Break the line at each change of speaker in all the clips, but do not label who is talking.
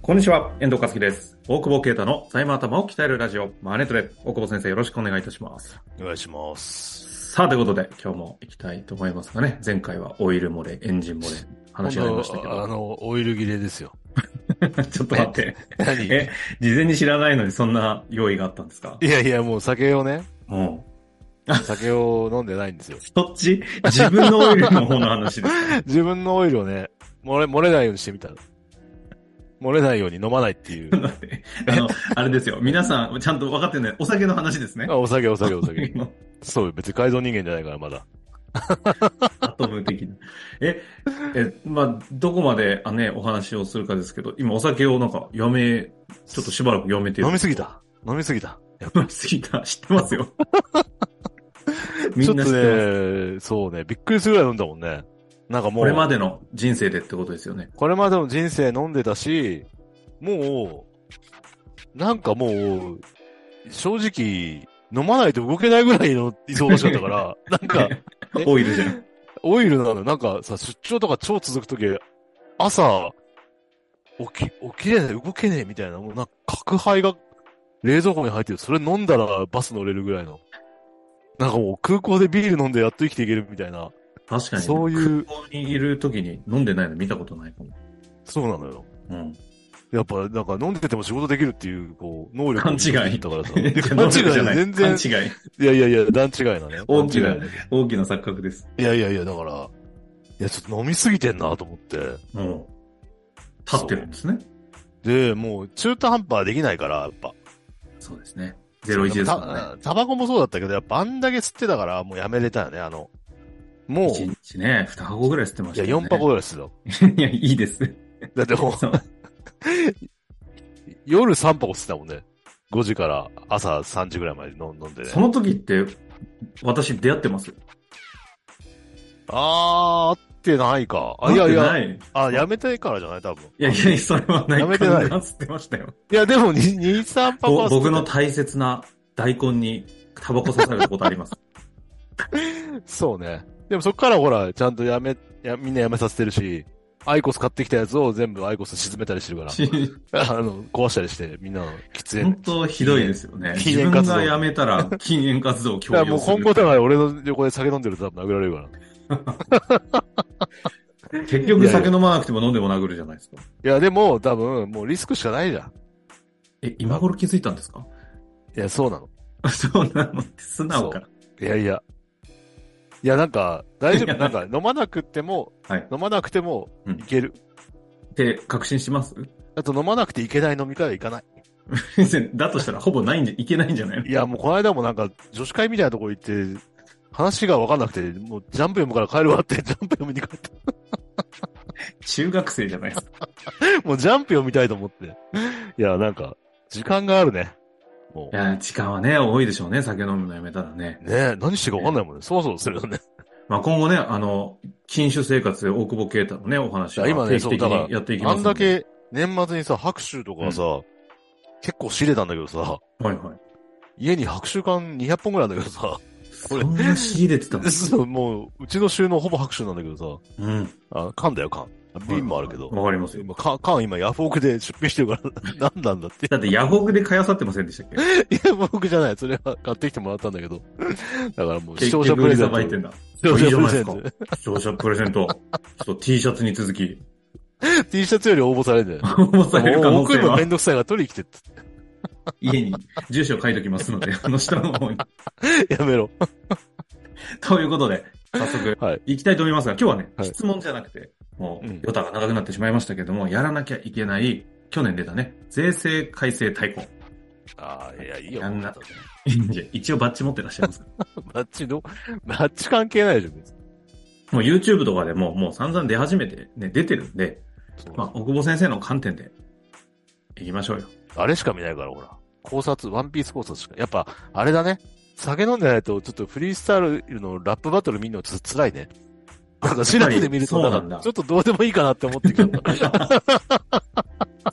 こんにちは、遠藤和樹です。大久保啓太の財務頭を鍛えるラジオ、マネトレ。大久保先生、よろしくお願いいたします。
お願いします。
さあ、ということで、今日も行きたいと思いますがね、前回はオイル漏れ、エンジン漏れ、話がありましたけ
今度はあ
ど、
の、オイル切れですよ。
ちょっと待って、
何
え
い
事前に知らないのにそんな用意があったんですか
やいや、もう酒 をね、
うん。
酒を飲んでないんですよ。
そっち自分のオイルの方の話です か
自分のオイルをね、漏れ、漏れないようにしてみたら。漏れないように飲まないっていう。
待ってあの、あれですよ。皆さん、ちゃんと分かってない。お酒の話ですね。
あお酒、お酒、お酒。そうよ、別に改造人間じゃないから、まだ。
アトム的な。え、え、まあ、どこまで、あね、お話をするかですけど、今お酒をなんか、やめ、ちょっとしばらくやめてる
飲みすぎた。飲みすぎた。
飲みすぎた。 知ってますよ。み
ちょ
ん
っ
な知
と
ってます。
ね、そうね、びっくりするぐらい飲んだもんね。なんかもう、
これまでの人生でってことですよね。
これまでの人生飲んでたし、もう、なんかもう、正直、飲まないと動けないぐらいの忙しかっ たから、なんか、え
オイルじゃん。
オイルなの、なんかさ、出張とか超続くとき、朝、起き、起きれない、動けねえみたいな、もうなんか、角杯が冷蔵庫に入ってる。それ飲んだらバス乗れるぐらいの。なんかもう空港でビール飲んでやっと生きていけるみたいな。
確かに。
そういう
空港にいる時に飲んでないの見たことないかも。
そうなのよ。
うん。
やっぱ、なんか飲んでても仕事できるっていう、こう、能力
勘違い
だからさ。
いや
勘違いじゃない。全然。
勘違い。
いやいやいや、段違いだね。
大きな
段違いだね
大きな錯覚です。
いやいやいや、だから、いや、ちょっと飲みすぎてんなと思って。
もう、立ってるんですね。
で、もう、中途半端はできないから、やっぱ。
そうですね。01ですからね。
たタバコもそうだったけど、やっぱあんだけ吸ってたから、もうやめれたよね、あの。もう、い
1日ね、2箱ぐらい吸ってました
や、
よね。
4箱ぐらい吸っ て
いや、いいです。
た。だってもう、
そう
夜3箱吸ってたもんね。5時から朝3時ぐらいまで飲ん飲んでね。
その時って、私出会ってますよ。
あー、合ってないか。あ、いやいや、
会ってない
あ、やめてからじゃない多分。
いやいや、それはない。
やめてな
ガ
い
ンガン吸ってましたよ。
いや、でも、2、3パ
ぼ
は
僕の大切な大根にタバコ刺されたことあり ます。
そうね。でもそっからほら、ちゃんとやめ、や、みんなやめさせてるし、アイコス買ってきたやつを全部アイコス沈めたりしてるか
し
ら、あの、壊したりして、みんなの喫煙
本。当ひどいですよね。
禁
自
煙
分
活動
がやめたら禁煙活動を強
いや、も
要
う
する。
今後だから俺の横で酒飲んでると多分殴られるから。
結局酒飲まなくても飲んでも殴るじゃないですか。
いや、でも多分、もうリスクしかないじゃん。
え、今頃気づいたんですか
いや、そうなの。
そうなのって素直か。
いやいや。いや、なんか、大丈
いや
夫。なんか、飲まなくても、
はい
飲まなくても
うん、
いける。
って確信します
あと、飲まなくていけない飲み会は行かない。
先生だとしたらほぼないんじゃ、いけないんじゃないの
いや、もうこの間もなんか、女子会みたいなとこ行って、話が分かんなくて、もうジャンプ読むから帰るわって、 ジャンプ読みに帰った。
中学生じゃないですか。
もうジャンプ読みたいと思って。いや、なんか、時間があるね。も。
いうや、時間はね、多いでしょうね、酒飲むのやめたらね。
ねえ、何していいか分かんないもんね。そもそもするよね。
まあ、今後ね、あの、禁酒生活で大久保啓太のね、お話を
いや今ね
定期的
そうだから
にやっていきま
あ
す
ん
の
だ
で。
け、年末にさ、白州とかさ、結構仕入れたんだけどさ、
はいはい。
家に白州缶200本ぐらいあるんだけどさ、
そんな仕入れてたの
そうもう、うちの収納ほぼ白州なんだけどさ、
うん。
あ、缶だよ、缶。瓶もあるけど。
わかりますよ。
今缶、缶今ヤフオクで出品してるから、 何なんだって。
だってヤフオクで買いあさってませんでしたっけ
いや、僕じゃない。それは買ってきてもらったんだけど。だから もう
結
視聴
局
者プレゼン
売りさばいてん
ト。
だ。
視聴者プレ
い
ゼン
いじゃない
ト。
視聴者プレゼント。ちょっと T シャツに続き、
T シャツより応募されるんだよね。
応募される可
もう
能
送
性
るの
は
めんどくさいから取りに来てって。
家に住所書いときますの で、あの下の方に。
やめろ。
ということで、早速、
はい
行きたいと思いますが、今日はね、
はい
質問じゃなくて、もう
うん、
ヨタが長くなってしまいましたけども、やらなきゃいけない、去年出たね、税制改正大綱。
ああ、いや、いい
やんな。 いや一応バッジ持ってらっしゃいますか
バッチの、バッチ関係ないでしょ、別に。
もう YouTube とかでも、もう散々出始めて、ね、出てるんで、まあ、大久保先生の観点で、行きましょうよ。
あれしか見ないから、ほら。考察、ワンピース考察しか。やっぱ、あれだね。酒飲んでないと、ちょっとフリースタイルのラップバトル見るのちょっと辛いね。なんか、調べてみると、
そうなんだ
なんかちょっとどうでもいいかなって思ってきた。い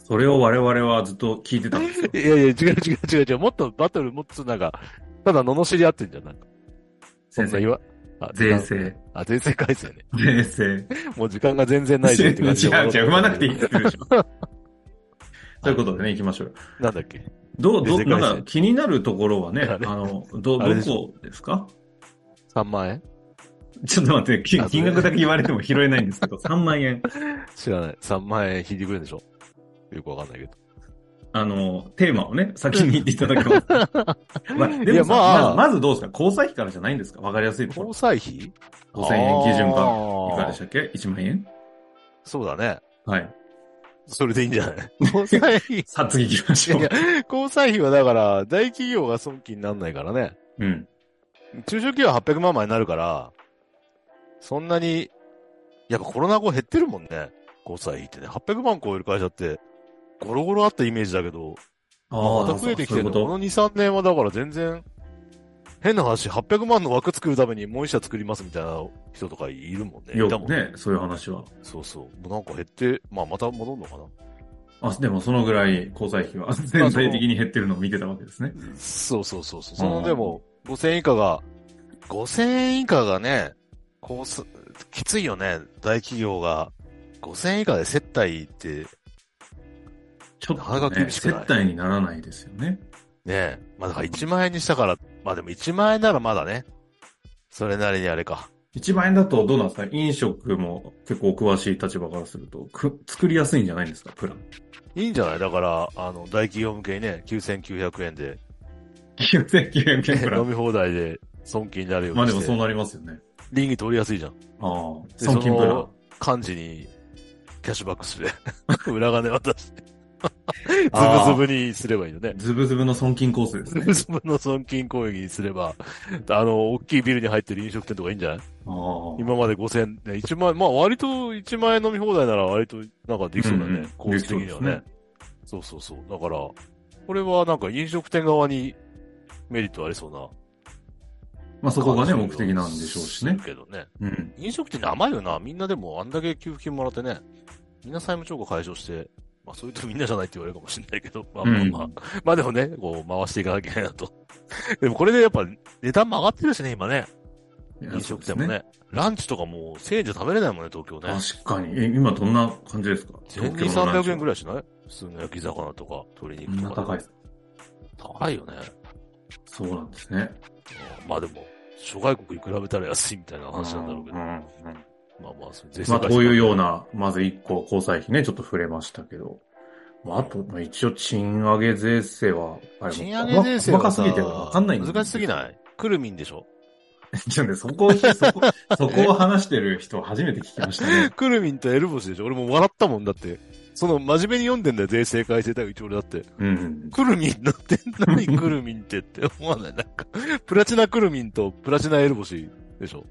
それを我々はずっと聞いてたんです よ。
やいや、違う違う違う違う。もっとバトル、もっとなんか、ただ罵り合ってんじゃんない
先
そんな
生、
言わ、あ
税。制、
あ、税制改正ね。
税制。
もう時間が全然ない
違う
じゃんって感じで
違う、踏まなくていいって言ってるでしょ。ということでね、行きましょうよ。
なんだっけ
どう、どう、な
で世界
ん
線
か気になるところはね、
あ
あ
れ
の、ど、ど
あれでし
こですか
?3 万円
ちょっと待って、き
あそう
金額だけ言われても拾えないんですけど、3万円。
知らない。3万円引いてくれるんでしょよくわかんないけど。
あの、テーマをね、先に言っていただ ければ。まあ、で
いや
もさ
まあ
まずまずどうですか交際費からじゃないんですかわかりやすいところ
交。際費
5000円基準が。いかが
が
でしたっけ ?1 万円
そうだね。
はい。
それでいいんじゃない 交際費。
さあ、次行きましょう。
いや交際費はだから、大企業が損金になんないからね。
うん。
中小企業は800万枚になるから、そんなに、やっぱコロナ後減ってるもんね。交際費ってね。800万超える会社って、ゴロゴロあったイメージだけど、
あ
また増えてきて
そう
る
いう
の
こ
ことの2、3年はだから全然、変な話、800万の枠作るためにもう一社作りますみたいな人とかいるもんね。いた
よ
も
く
ん
ね、そういう話は。
そうそう。もうなんか減って、まあまた戻るのかな。
あ、でもそのぐらい交際費は 全体的に減ってるのを見てたわけですね。
そうそうそうそう。
ん
そのでも、5000円以下が、5000円以下がね、こうす、きついよね。大企業が。5000円以下で接待って、
ちょっ
なかな
と、
か
ね、
厳しく
接
ない
待にならないですよね。
ね、まあだから1万円にしたから、まあでも1万円ならまだね。それなりにあれか。
1万円だとどうなんですか飲食も結構お詳しい立場からすると、く作りやすいんじゃないんですかプ ラン。
いいんじゃないだから、あの、大企業向けにね、9900円で、
9900円プラ
飲
ン。
み放題で、損金になるよう
まあ
に
で
して。
もそうなりますよね。
倫理取りやすいじゃん。
ああ、
で
損金プラ
そ
ン
の。幹事にキャッシュバックする。 裏金渡して。ズ
あー
ブズブにすればいいのね。
ズブズブの損金コース です
ズ
ね。
ブズブの損金攻撃にすれば、あの、大きいビルに入ってる飲食店とかいいんじゃない
ああ。
今まで5000円、ね、1万円、まあ割と1万円飲み放題なら割となんかできそうだ
うんう
ね
ん。
構図的には
できそうです
ね。そうそうそう。だから、これはなんか飲食店側にメリットありそうな。
まあそこがね、目的なんでしょうしね
す。るけどね。
うん。
飲食店って甘いよな。みんなでもあんだけ給付金もらってね。みんな債務超過解消して、まあそういうとみんなじゃないって言われるかもしれないけど、まあまあまあ。
うん
まあでもね、こう回していかなきゃいけないなと。 でもこれでやっぱ値段も上がってるしね、今ね。
いや
飲食店もね。。ランチとかもう1000円じゃ食べれないもんね、東京
そう
ね
で。すね確かに。え、今どんな感じですか
1200、300円ぐ
らい。
らいしない普通の焼き魚とか鶏
こん
肉
な
とか。
高いです。
高いよね。
そうなんですね。
まあでも、諸外国に比べたら安いみたいな話なんだろうけど。
んん
まあまあ、それ税制
まあ、こういうよう
な。
な、まず1個、交際費ね、ちょっと触れましたけど。まあ、あと、まあ、一応、賃上げ税制は、あれ
賃上げ税
細
制は
か
さ
すぎてわかんないん
難し すぎ
い
ないくるみんでしょ
じゃあね、そこ、そこ、そこを話してる人初めて聞きましたね。
くるみんとエルボシでしょ俺もう笑ったもんだって。その、真面目に読んでんだよ、税制改正対応一応俺だって。
うん。
くるみんだって、何くるみんってって 思わないなんか、プラチナくるみんとプラチナエルボシでしょ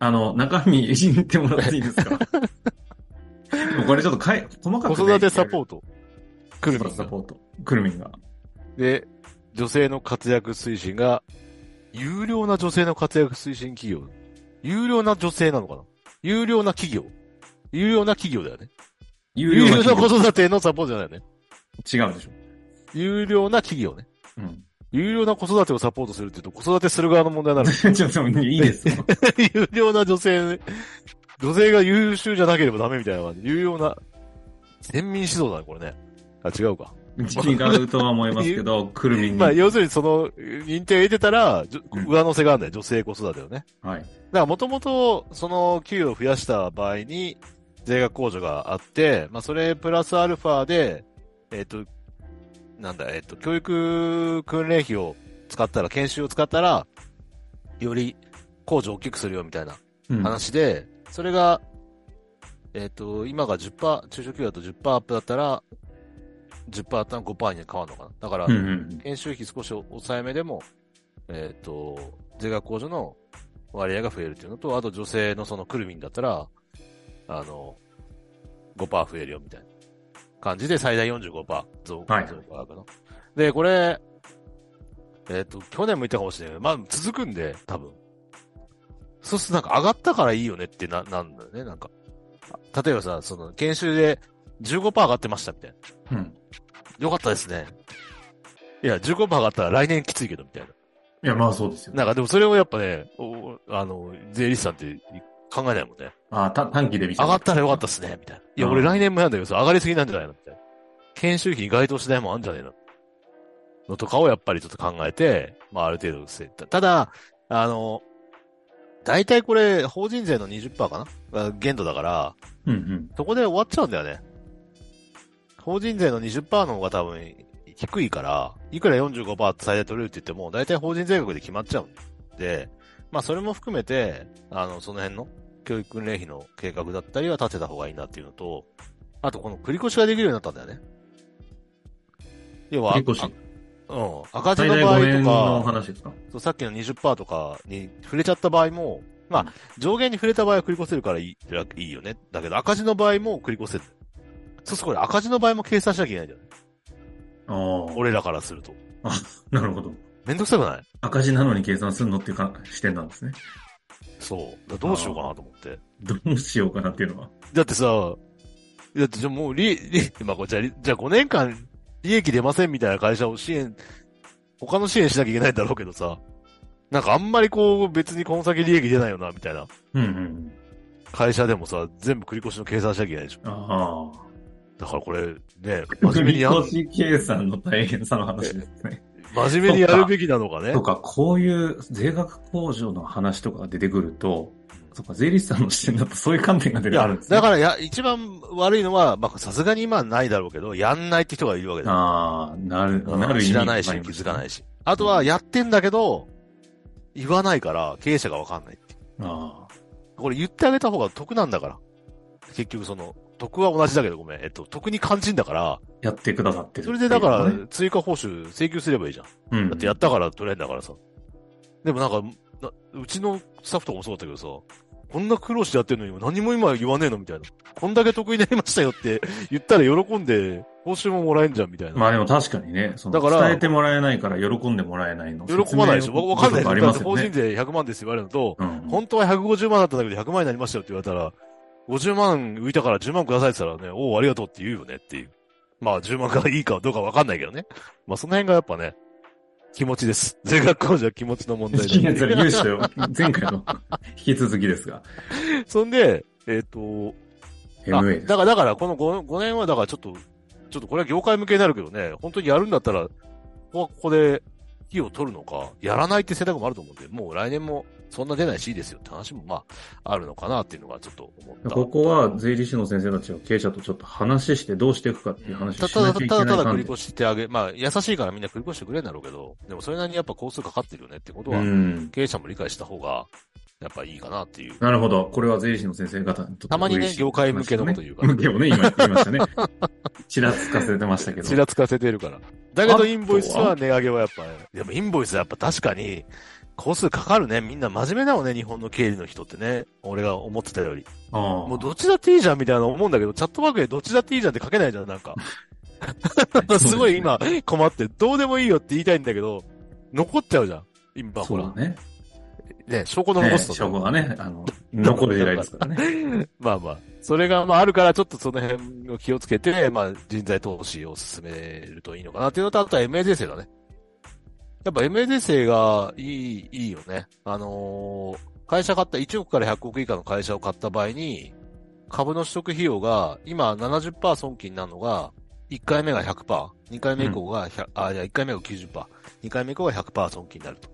あの、中身、いじってもらっていいですかでもこれちょっとかい、細かく、
子
ね、
育てサポート。くる
子育
み
てサ
ん。
ポート。くるみんが。
で、女性の活躍推進が、有料な女性の活躍推進企業。有料な女性なのかな有料な企業。有料な企業だよね。
有
有料な子
と
育てのサポートじゃないよね。
違うでしょ。
有料な企業ね。
うん。
有料な子育てをサポートするっていうと、子育てする側の問題なの。
ちょっと、いいですよ。
有料な女性、女性が優秀じゃなければダメみたいな感じ。有用な、全民指導だね、これね。あ、違うか。
違うとは思いますけど、くるみに。
まあ、要するにその、認定を得てたら、じょ
うん
上乗せがあるんだよ、女性子育てをね。
はい。
だから、もともと、その、給与を増やした場合に、税額控除があって、まあ、それプラスアルファで、えっ、と、なんだ、えっ、と、教育訓練費を使ったら、研修を使ったら、より控除を大きくするよ、みたいな
うん
話で、それが、えっ、と、今が10%、中小企業だと10%アップだったら、10%あったら5%に変わるのかな。だから
うん、うん。
研修費少し抑えめでも、えっ、と、税額控除の割合が増えるっていうのと、あと女性のそのくるみんだったら、あの、5%増えるよみたいな感じで最大45%増
はい
増加かな。で、これ、えっ、と、去年も言ったかもしれないけど、まあ続くんで、多分。そうするとなんか上がったからいいよねってな、なんだよね、なんか。あ例えばさ、その研修で15%上がってましたみたいな。
うん。
よかったですね。いや、15%上がったら来年きついけど、みたいな。
いや、まあそうですよ。
なんかでもそれをやっぱね、おあの、税理士さんって考えないもんね。
ああ、た短期で見ちゃ
上
う
がったらよかったっすね、みたいな。いや、
うん
俺来年もやんだけどさ、上がりすぎなんじゃないのみたいな。研修費に該当しないもんあんじゃねえののとかをやっぱりちょっと考えて、まあある程度防いだ。ただ、あの、大体これ、法人税の20%かなが限度だから、
うんうん。
そこで終わっちゃうんだよね。法人税の20%の方が多分低いから、いくら45%って最大取れるって言っても、大体法人税額で決まっちゃうんで、まあそれも含めて、あの、その辺の教育訓練費の計画だったりは立てた方がいいなっていうのと、あとこの繰り越しができるようになったんだよね。要は、
繰越し
あうん、赤字
最
の
大
場合
5年
と
の
か、
話ですか
そうさっきの20%とかに触れちゃった場合も、まあ、上限に触れた場合は繰り越せるからいいらいいよね。だけど赤字の場合も繰り越せる。そうそう、これ赤字の場合も計算しなきゃいけないじゃん。
ああ、
俺らからすると。
なるほど。
めんどくさくない
赤字なのに計算するのっていうか視点なんですね。
そう。だどうしようかなと思って。
どうしようかなっていうのは。
だってさ、だってじゃあもう利、利、まあこれじゃあ、じゃあ5年間利益出ませんみたいな会社を支援、他の支援しなきゃいけないんだろうけどさ、なんかあんまりこう別にこの先利益出ないよな、みたいな
うんうん。
会社でもさ、全部繰り越しの計算しなきゃいけないでしょ。
ああ。
だからこれ、ね、真面
繰
目に
り
や ん
越し計算の大変さの話ですね。
真面目にやるべきなのかね
と。か、こういう税額控除の話とかが出てくると、そっか、税理士さんの視点だとそういう観点が出
い
てく
や
るんですね。
だからや、一番悪いのは、まあ、さすがに今はないだろうけど、やんないって人がいるわけだ。
ああ、なる、
うん
なる意味。
知らないし、気づかないいし。あとは、やってんだけど、言わないから、経営者がわかんない。
あ
これ言ってあげた方が得なんだから。結局その、得は同じだけどごめん。えっと、得に肝心だから、
あ、やってくださってる。
それでだか
う
ら
ん、
追加報酬請求すればいいじゃん。
うん。
だってやったから取れんだからさ。でもなんか、なうちのスタッフとかもそうだったけどさ、こんな苦労してやってるのに何も今言わねえのみたいな。こんだけ得意になりましたよって 言ったら喜んで、報酬ももらえんじゃんみたいな。
まあでも確かにね、その
だから
伝えてもらえないから喜んでもらえないの。
喜ばないでしょわわかんない
説明不足あり
だっ
ま
て
す
法
よ
人
ね。
税100万ですよ言われるのと、
うん
本当は150万だったんだけど100万になりましたよって言われたら、50万浮いたから10万くださいって言ったらね、おお、ありがとうって言うよねっていう。まあ10万がいいかどうかわかんないけどね。まあその辺がやっぱね、気持ちです。 税額控除は気持ちの問題
資金
なん
やつ
で。
ら融資と前回の引き続きですが、
そんで、えっ、と、あ
MA です。
だから、だから、この 5, 5年はだからちょっと、ちょっとこれは業界向けになるけどね、本当にやるんだったら、ここはここで、費を取るのか、やらないって選択もあると思うんで、もう来年もそんな出ないしいいですよって話もまあ、あるのかなっていうのがちょっと思った。
ここは税理士の先生たちが経営者とちょっと話してどうしていくかっていう話を
た
しな
だ
きゃ
た
いけない
だ、ただただ
観
繰り
点
越してあげ、まあ、優しいからみんな繰り越してくれるんだろうけど、でもそれなりにやっぱ工数かかってるよねってことは、
うん。
経営者も理解した方が、やっぱいいかなっていう。
なるほど。これは税理士の先生方にとって
たまにね
嬉しい
業界向けのこと言うから
向けをね、今言いましたね。 ちらつかせてましたけど。
ちらつかせてるから。だけ
あと
ど
は
インボイスは値上げはやっぱ、でもインボイスはやっぱ確かに、工数かかるね。みんな真面目なのね、日本の経理の人ってね。俺が思ってたより。
ああ
もうどっちだっていいじゃんみたいな思うんだけど、チャットワークでどっちだっていいじゃんって書けないじゃん、なん か。すごい今困って、どうでもいいよって言いたいんだけど、残っちゃうじゃん。今
そ
ほ
う
ら
だ。ね。
ね、証拠
ね
残すと、
証拠がね、あの、残る時代ですから ね。
まあまあ。それが、まああるから、ちょっとその辺を気をつけて、まあ人材投資を進めるといいのかなっていうのと、あとは MA 税制だね。やっぱ MA 税制がいい、いいよね。あのー会社買った、1億から100億以下の会社を買った場合に、株の取得費用が、今70%損金なのが、1回目が100%、2回目以降が100、あ、いや、1回目が90%、2回目以降が100%損金になると。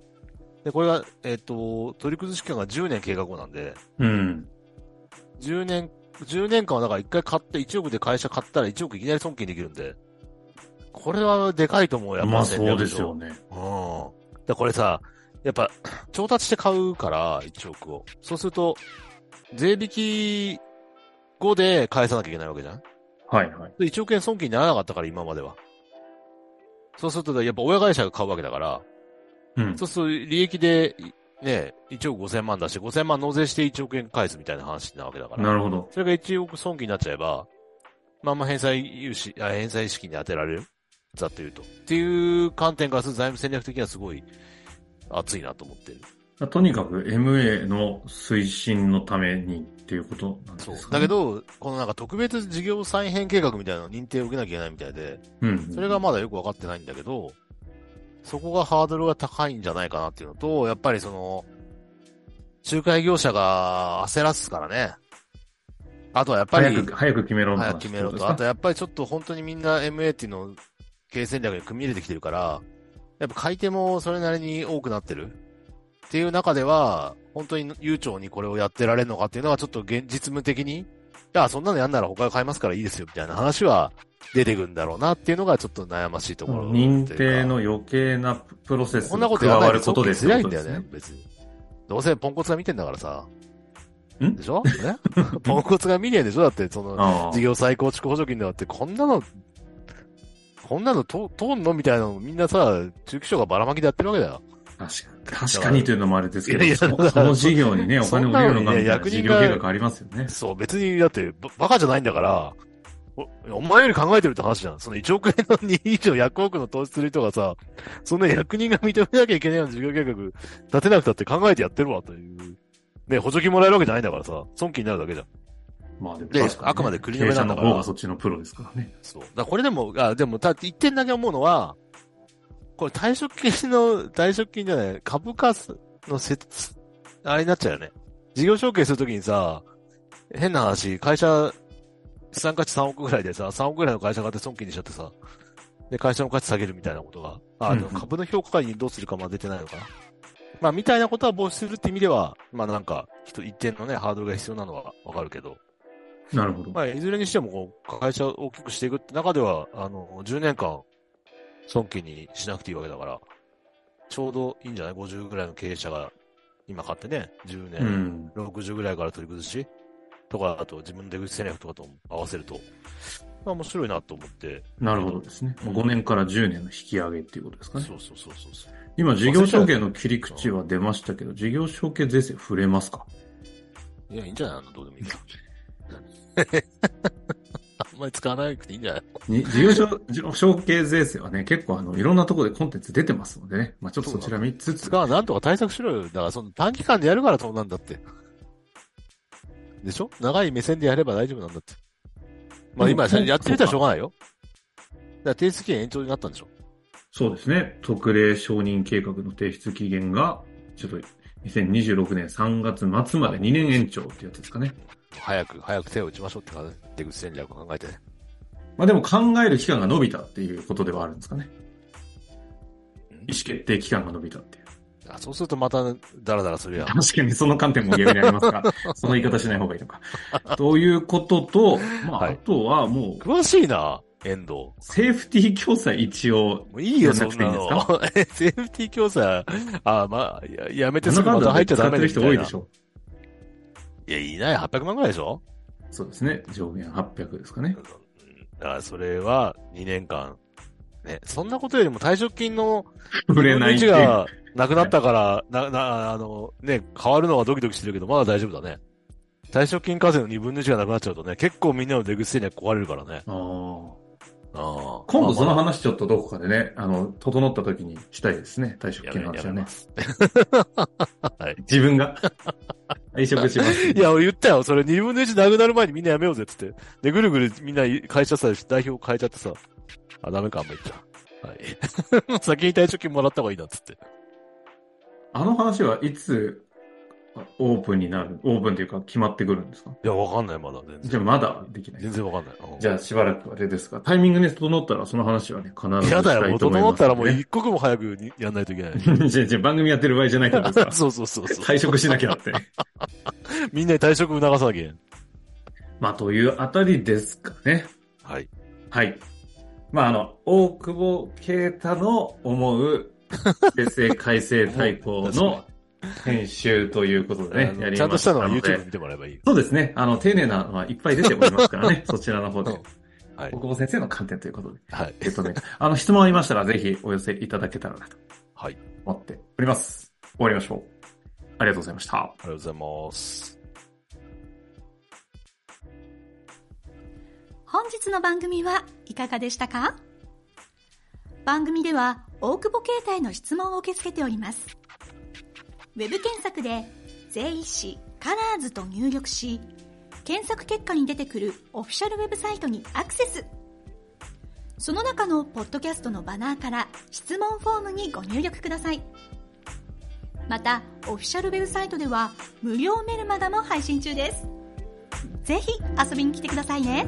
で、これが、えっ、と、取り崩し期間が10年経過後なんで、
うん。
10年、10年間はだから1回買って、1億で会社買ったら1億いきなり損金できるんで、これはでかいと思うよ、やっぱ
まあそうですよ。ね。
戦略上うん。だからこれさ、やっぱ、調達して買うから、1億を。そうすると、税引き後で返さなきゃいけないわけじゃん
はいはい。
で ?1 億円損金にならなかったから、今までは。そうすると、やっぱ親会社が買うわけだから、
うん。
そうすると利益で、いね、1億5000万出して、5000万納税して1億円返すみたいな話なわけだから。
なるほど。
それが1億損金になっちゃえば、まあまあ返済融資、あ返済資金に当てられるざっと言うと。っていう観点からすると財務戦略的にはすごい熱いなと思ってる。
とにかく MA の推進のためにっていうことなんです
そ
か、
う
ね、。
だけ、ど、このなんか特別事業再編計画みたいなの認定を受けなきゃいけないみたいで、
うん。
それがまだよくわかってないんだけど、そこがハードルが高いんじゃないかなっていうのと、やっぱりその、仲介業者が焦らすからね。あとはやっぱり、
早く、早く決めろみたい
早
な話
く決
っ
め
てこ
ろ
とです
と。
か。
あとやっぱりちょっと本当にみんな MAT の経営戦略に組み入れてきてるから、やっぱ買い手もそれなりに多くなってる。っていう中では、本当に悠長にこれをやってられるのかっていうのはちょっと現実務的に、いや、そんなのやんなら他が買いますからいいですよみたいな話は出てくるんだろうなっていうのがちょっと悩ましいところっていう
認
か。
定の余計なプロセス
こん
が
なこと
加
やらな
わ
い
る
で
ことでって
づらい
こ
ん
と
だ
で
よ
すね
ね、。別に。どうせポンコツが見てんだからさ。
ん
でしょね ポンコツが見ねえでしょだって、その、
あ
事業再構築補助金だって、こんなの、こんなのと通んのみたいなのみんなさ、中期省がばらまきでやってるわけだよ。
あ、確か確かにというのもあれですけ
いやい
ど、
や
そ
だから
その事業にね、お金を入れるのかみたいな
そんなのにね役
事
人
業
が
計画ありますよね。
そう、別にだってば、バカじゃないんだから、おお前より考えてるって話じゃん。その1億円の2以上100億の投資する人がさ、そんな役人が認めなきゃいけないような事業計画立てなくたって考えてやってるわという。ね、補助金もらえるわけじゃないんだからさ、損金になるだけじゃん。
まあでも
で
確かにね
あくまで繰り延べなんだか
経
ら
営者の方がそっちのプロですからね。
そう。だからこれでも、あ、でも、た、一点だけ思うのは、これ退職金の、退職金じゃない、株価の説、あれになっちゃうよね。事業承継するときにさ、変な話、会社、資産価値3億ぐらいでさ、3億ぐらいの会社買って損金にしちゃってさ、で、会社の価値下げるみたいなことが、あ、
うん
でも株の評価会にどうするかま出てないのかな。まあ、みたいなことは防止するって意味では、まあなんか、人一定のね、ハードルが必要なのはわかるけど、
なるほど。
まあ、いずれにしてもこう、会社を大きくしていくって中では、あの、10年間、損金にしなくていいわけだから、ちょうどいいんじゃない ?50 ぐらいの経営者が、今買ってね、10
う
年、
ん。
60ぐらいから取り崩しとか、あと自分の出口戦略とかと合わせると、まあ面白いなと思って、
なるほどですね。
うん
5年から10年の引き上げっていうことですか
そう
ね。
そうそうそうそう。
今、事業承継の切り口は出ましたけど、事業承継税制触れますか
いや、いいんじゃないあの、どうでもいいから。 あんまり使わなくていいんじゃない
に事業承事業承継税制はね、結構あの、いろんなところでコンテンツ出てますのでね。まあちょっとそちら見つつ
つ、か、なんとか対策しろよ。だから、その短期間でやるからそうなんだって。でしょ長い目線でやれば大丈夫なんだって。まあ
でも
今、
そう
やってみたらしょうがないよ。だから提出期限延長になったんでしょ
そうですね。特例承認計画の提出期限が、ちょっと、2026年3月末まで2年延長ってやつですかね。
早く、早く手を打ちましょうって感じ。出口戦略を考えてね。
まあでも考える期間が伸びたっていうことではあるんですかね。意思決定期間が伸びたっていう。
あそうするとまた、ダラダラするやん。
確かにその観点も言えになります が、その言い方しない方がいいのか。ということと、まあ、
はい
あとはもう、
詳しいな、遠藤。も
セーフティー共済一応、
ういいよ、
やん
そ
なく
ん
ていい
なん
です
の
か。
えセーフティー教材、あ、まあ、ややめてす
7
ぐま
番
た入っちゃ
使
ダ
っ
メ
て
で
る
み
人多
たいな
いでしょ。
いや、いない、800万ぐらいでしょ
そうですね。上限800ですか ね。
だからそれは2年間。ね、そんなことよりも退職金の
触れないっ
位
て
置
いう。
がなくなったから、な、な、あの、ね、変わるのはドキドキしてるけど、まだ大丈夫だね。退職金課税の2分の1がなくなっちゃうとね、結構みんなの出口戦略壊れるからね。
あー
ああ。
今度その
まあま
話ちょっとどこかでね、あの、整った時にしたいですね。退職
あ
金の話は
やめ
ね
ま。す。
自分 が。退職します。
いや、俺言ったよ。それ2分の1なくなる前にみんなやめようぜって言って。で、ぐるぐるみんな会社さ、代表変えちゃってさ。あ、ダメか、あんま言っちゃ。はい。 先に退職金もらった方がいいなっつって。
あの話はいつ、あオープンになる、オープンというか決まってくるんですか
いや、わかんない、まだ全然。
じゃあまだできない
全。然わかんない。うん
じゃあしばらくあれですか。タイミングね、整ったらその話はね、必ず
や
した
だよ、も
いうと思い
整
ま
っ
す、
たらもう一刻も早くにやんないといけない。
じゃあじゃあ番組やってる場合じゃないってことですか。
そうそうそうそう。
退職しなきゃ って。
みんなに退職促さなきゃいけない。
まあというあたりですかね。
はい。
はい。まああの、大久保啓太の思う、税制 改正大綱の編集ということで
あ
ね、
の
やりましたので。
ちゃんとしたのは YouTube 見てもらえばいいよ。
そうですね。あの、丁寧なのはいっぱい出ております からね、そちらの方で
うん。は
大。
い
久保先生の観点ということで。
はい。
えっとね、 あの、質問ありましたら、ぜひお寄せいただけたらなと
はい。あり
思っております。終わりましょう。ありがとうございました。
がとうございます。
本日の番組はいかがでしたか番組では大久保携帯の質問を受け付けております。ウェブ検索で税理士カラーズと入力し、検索結果に出てくるオフィシャルウェブサイトにアクセス。その中のポッドキャストのバナーから質問フォームにご入力ください。また、オフィシャルウェブサイトでは無料メルマガも配信中です。ぜひ遊びに来てくださいね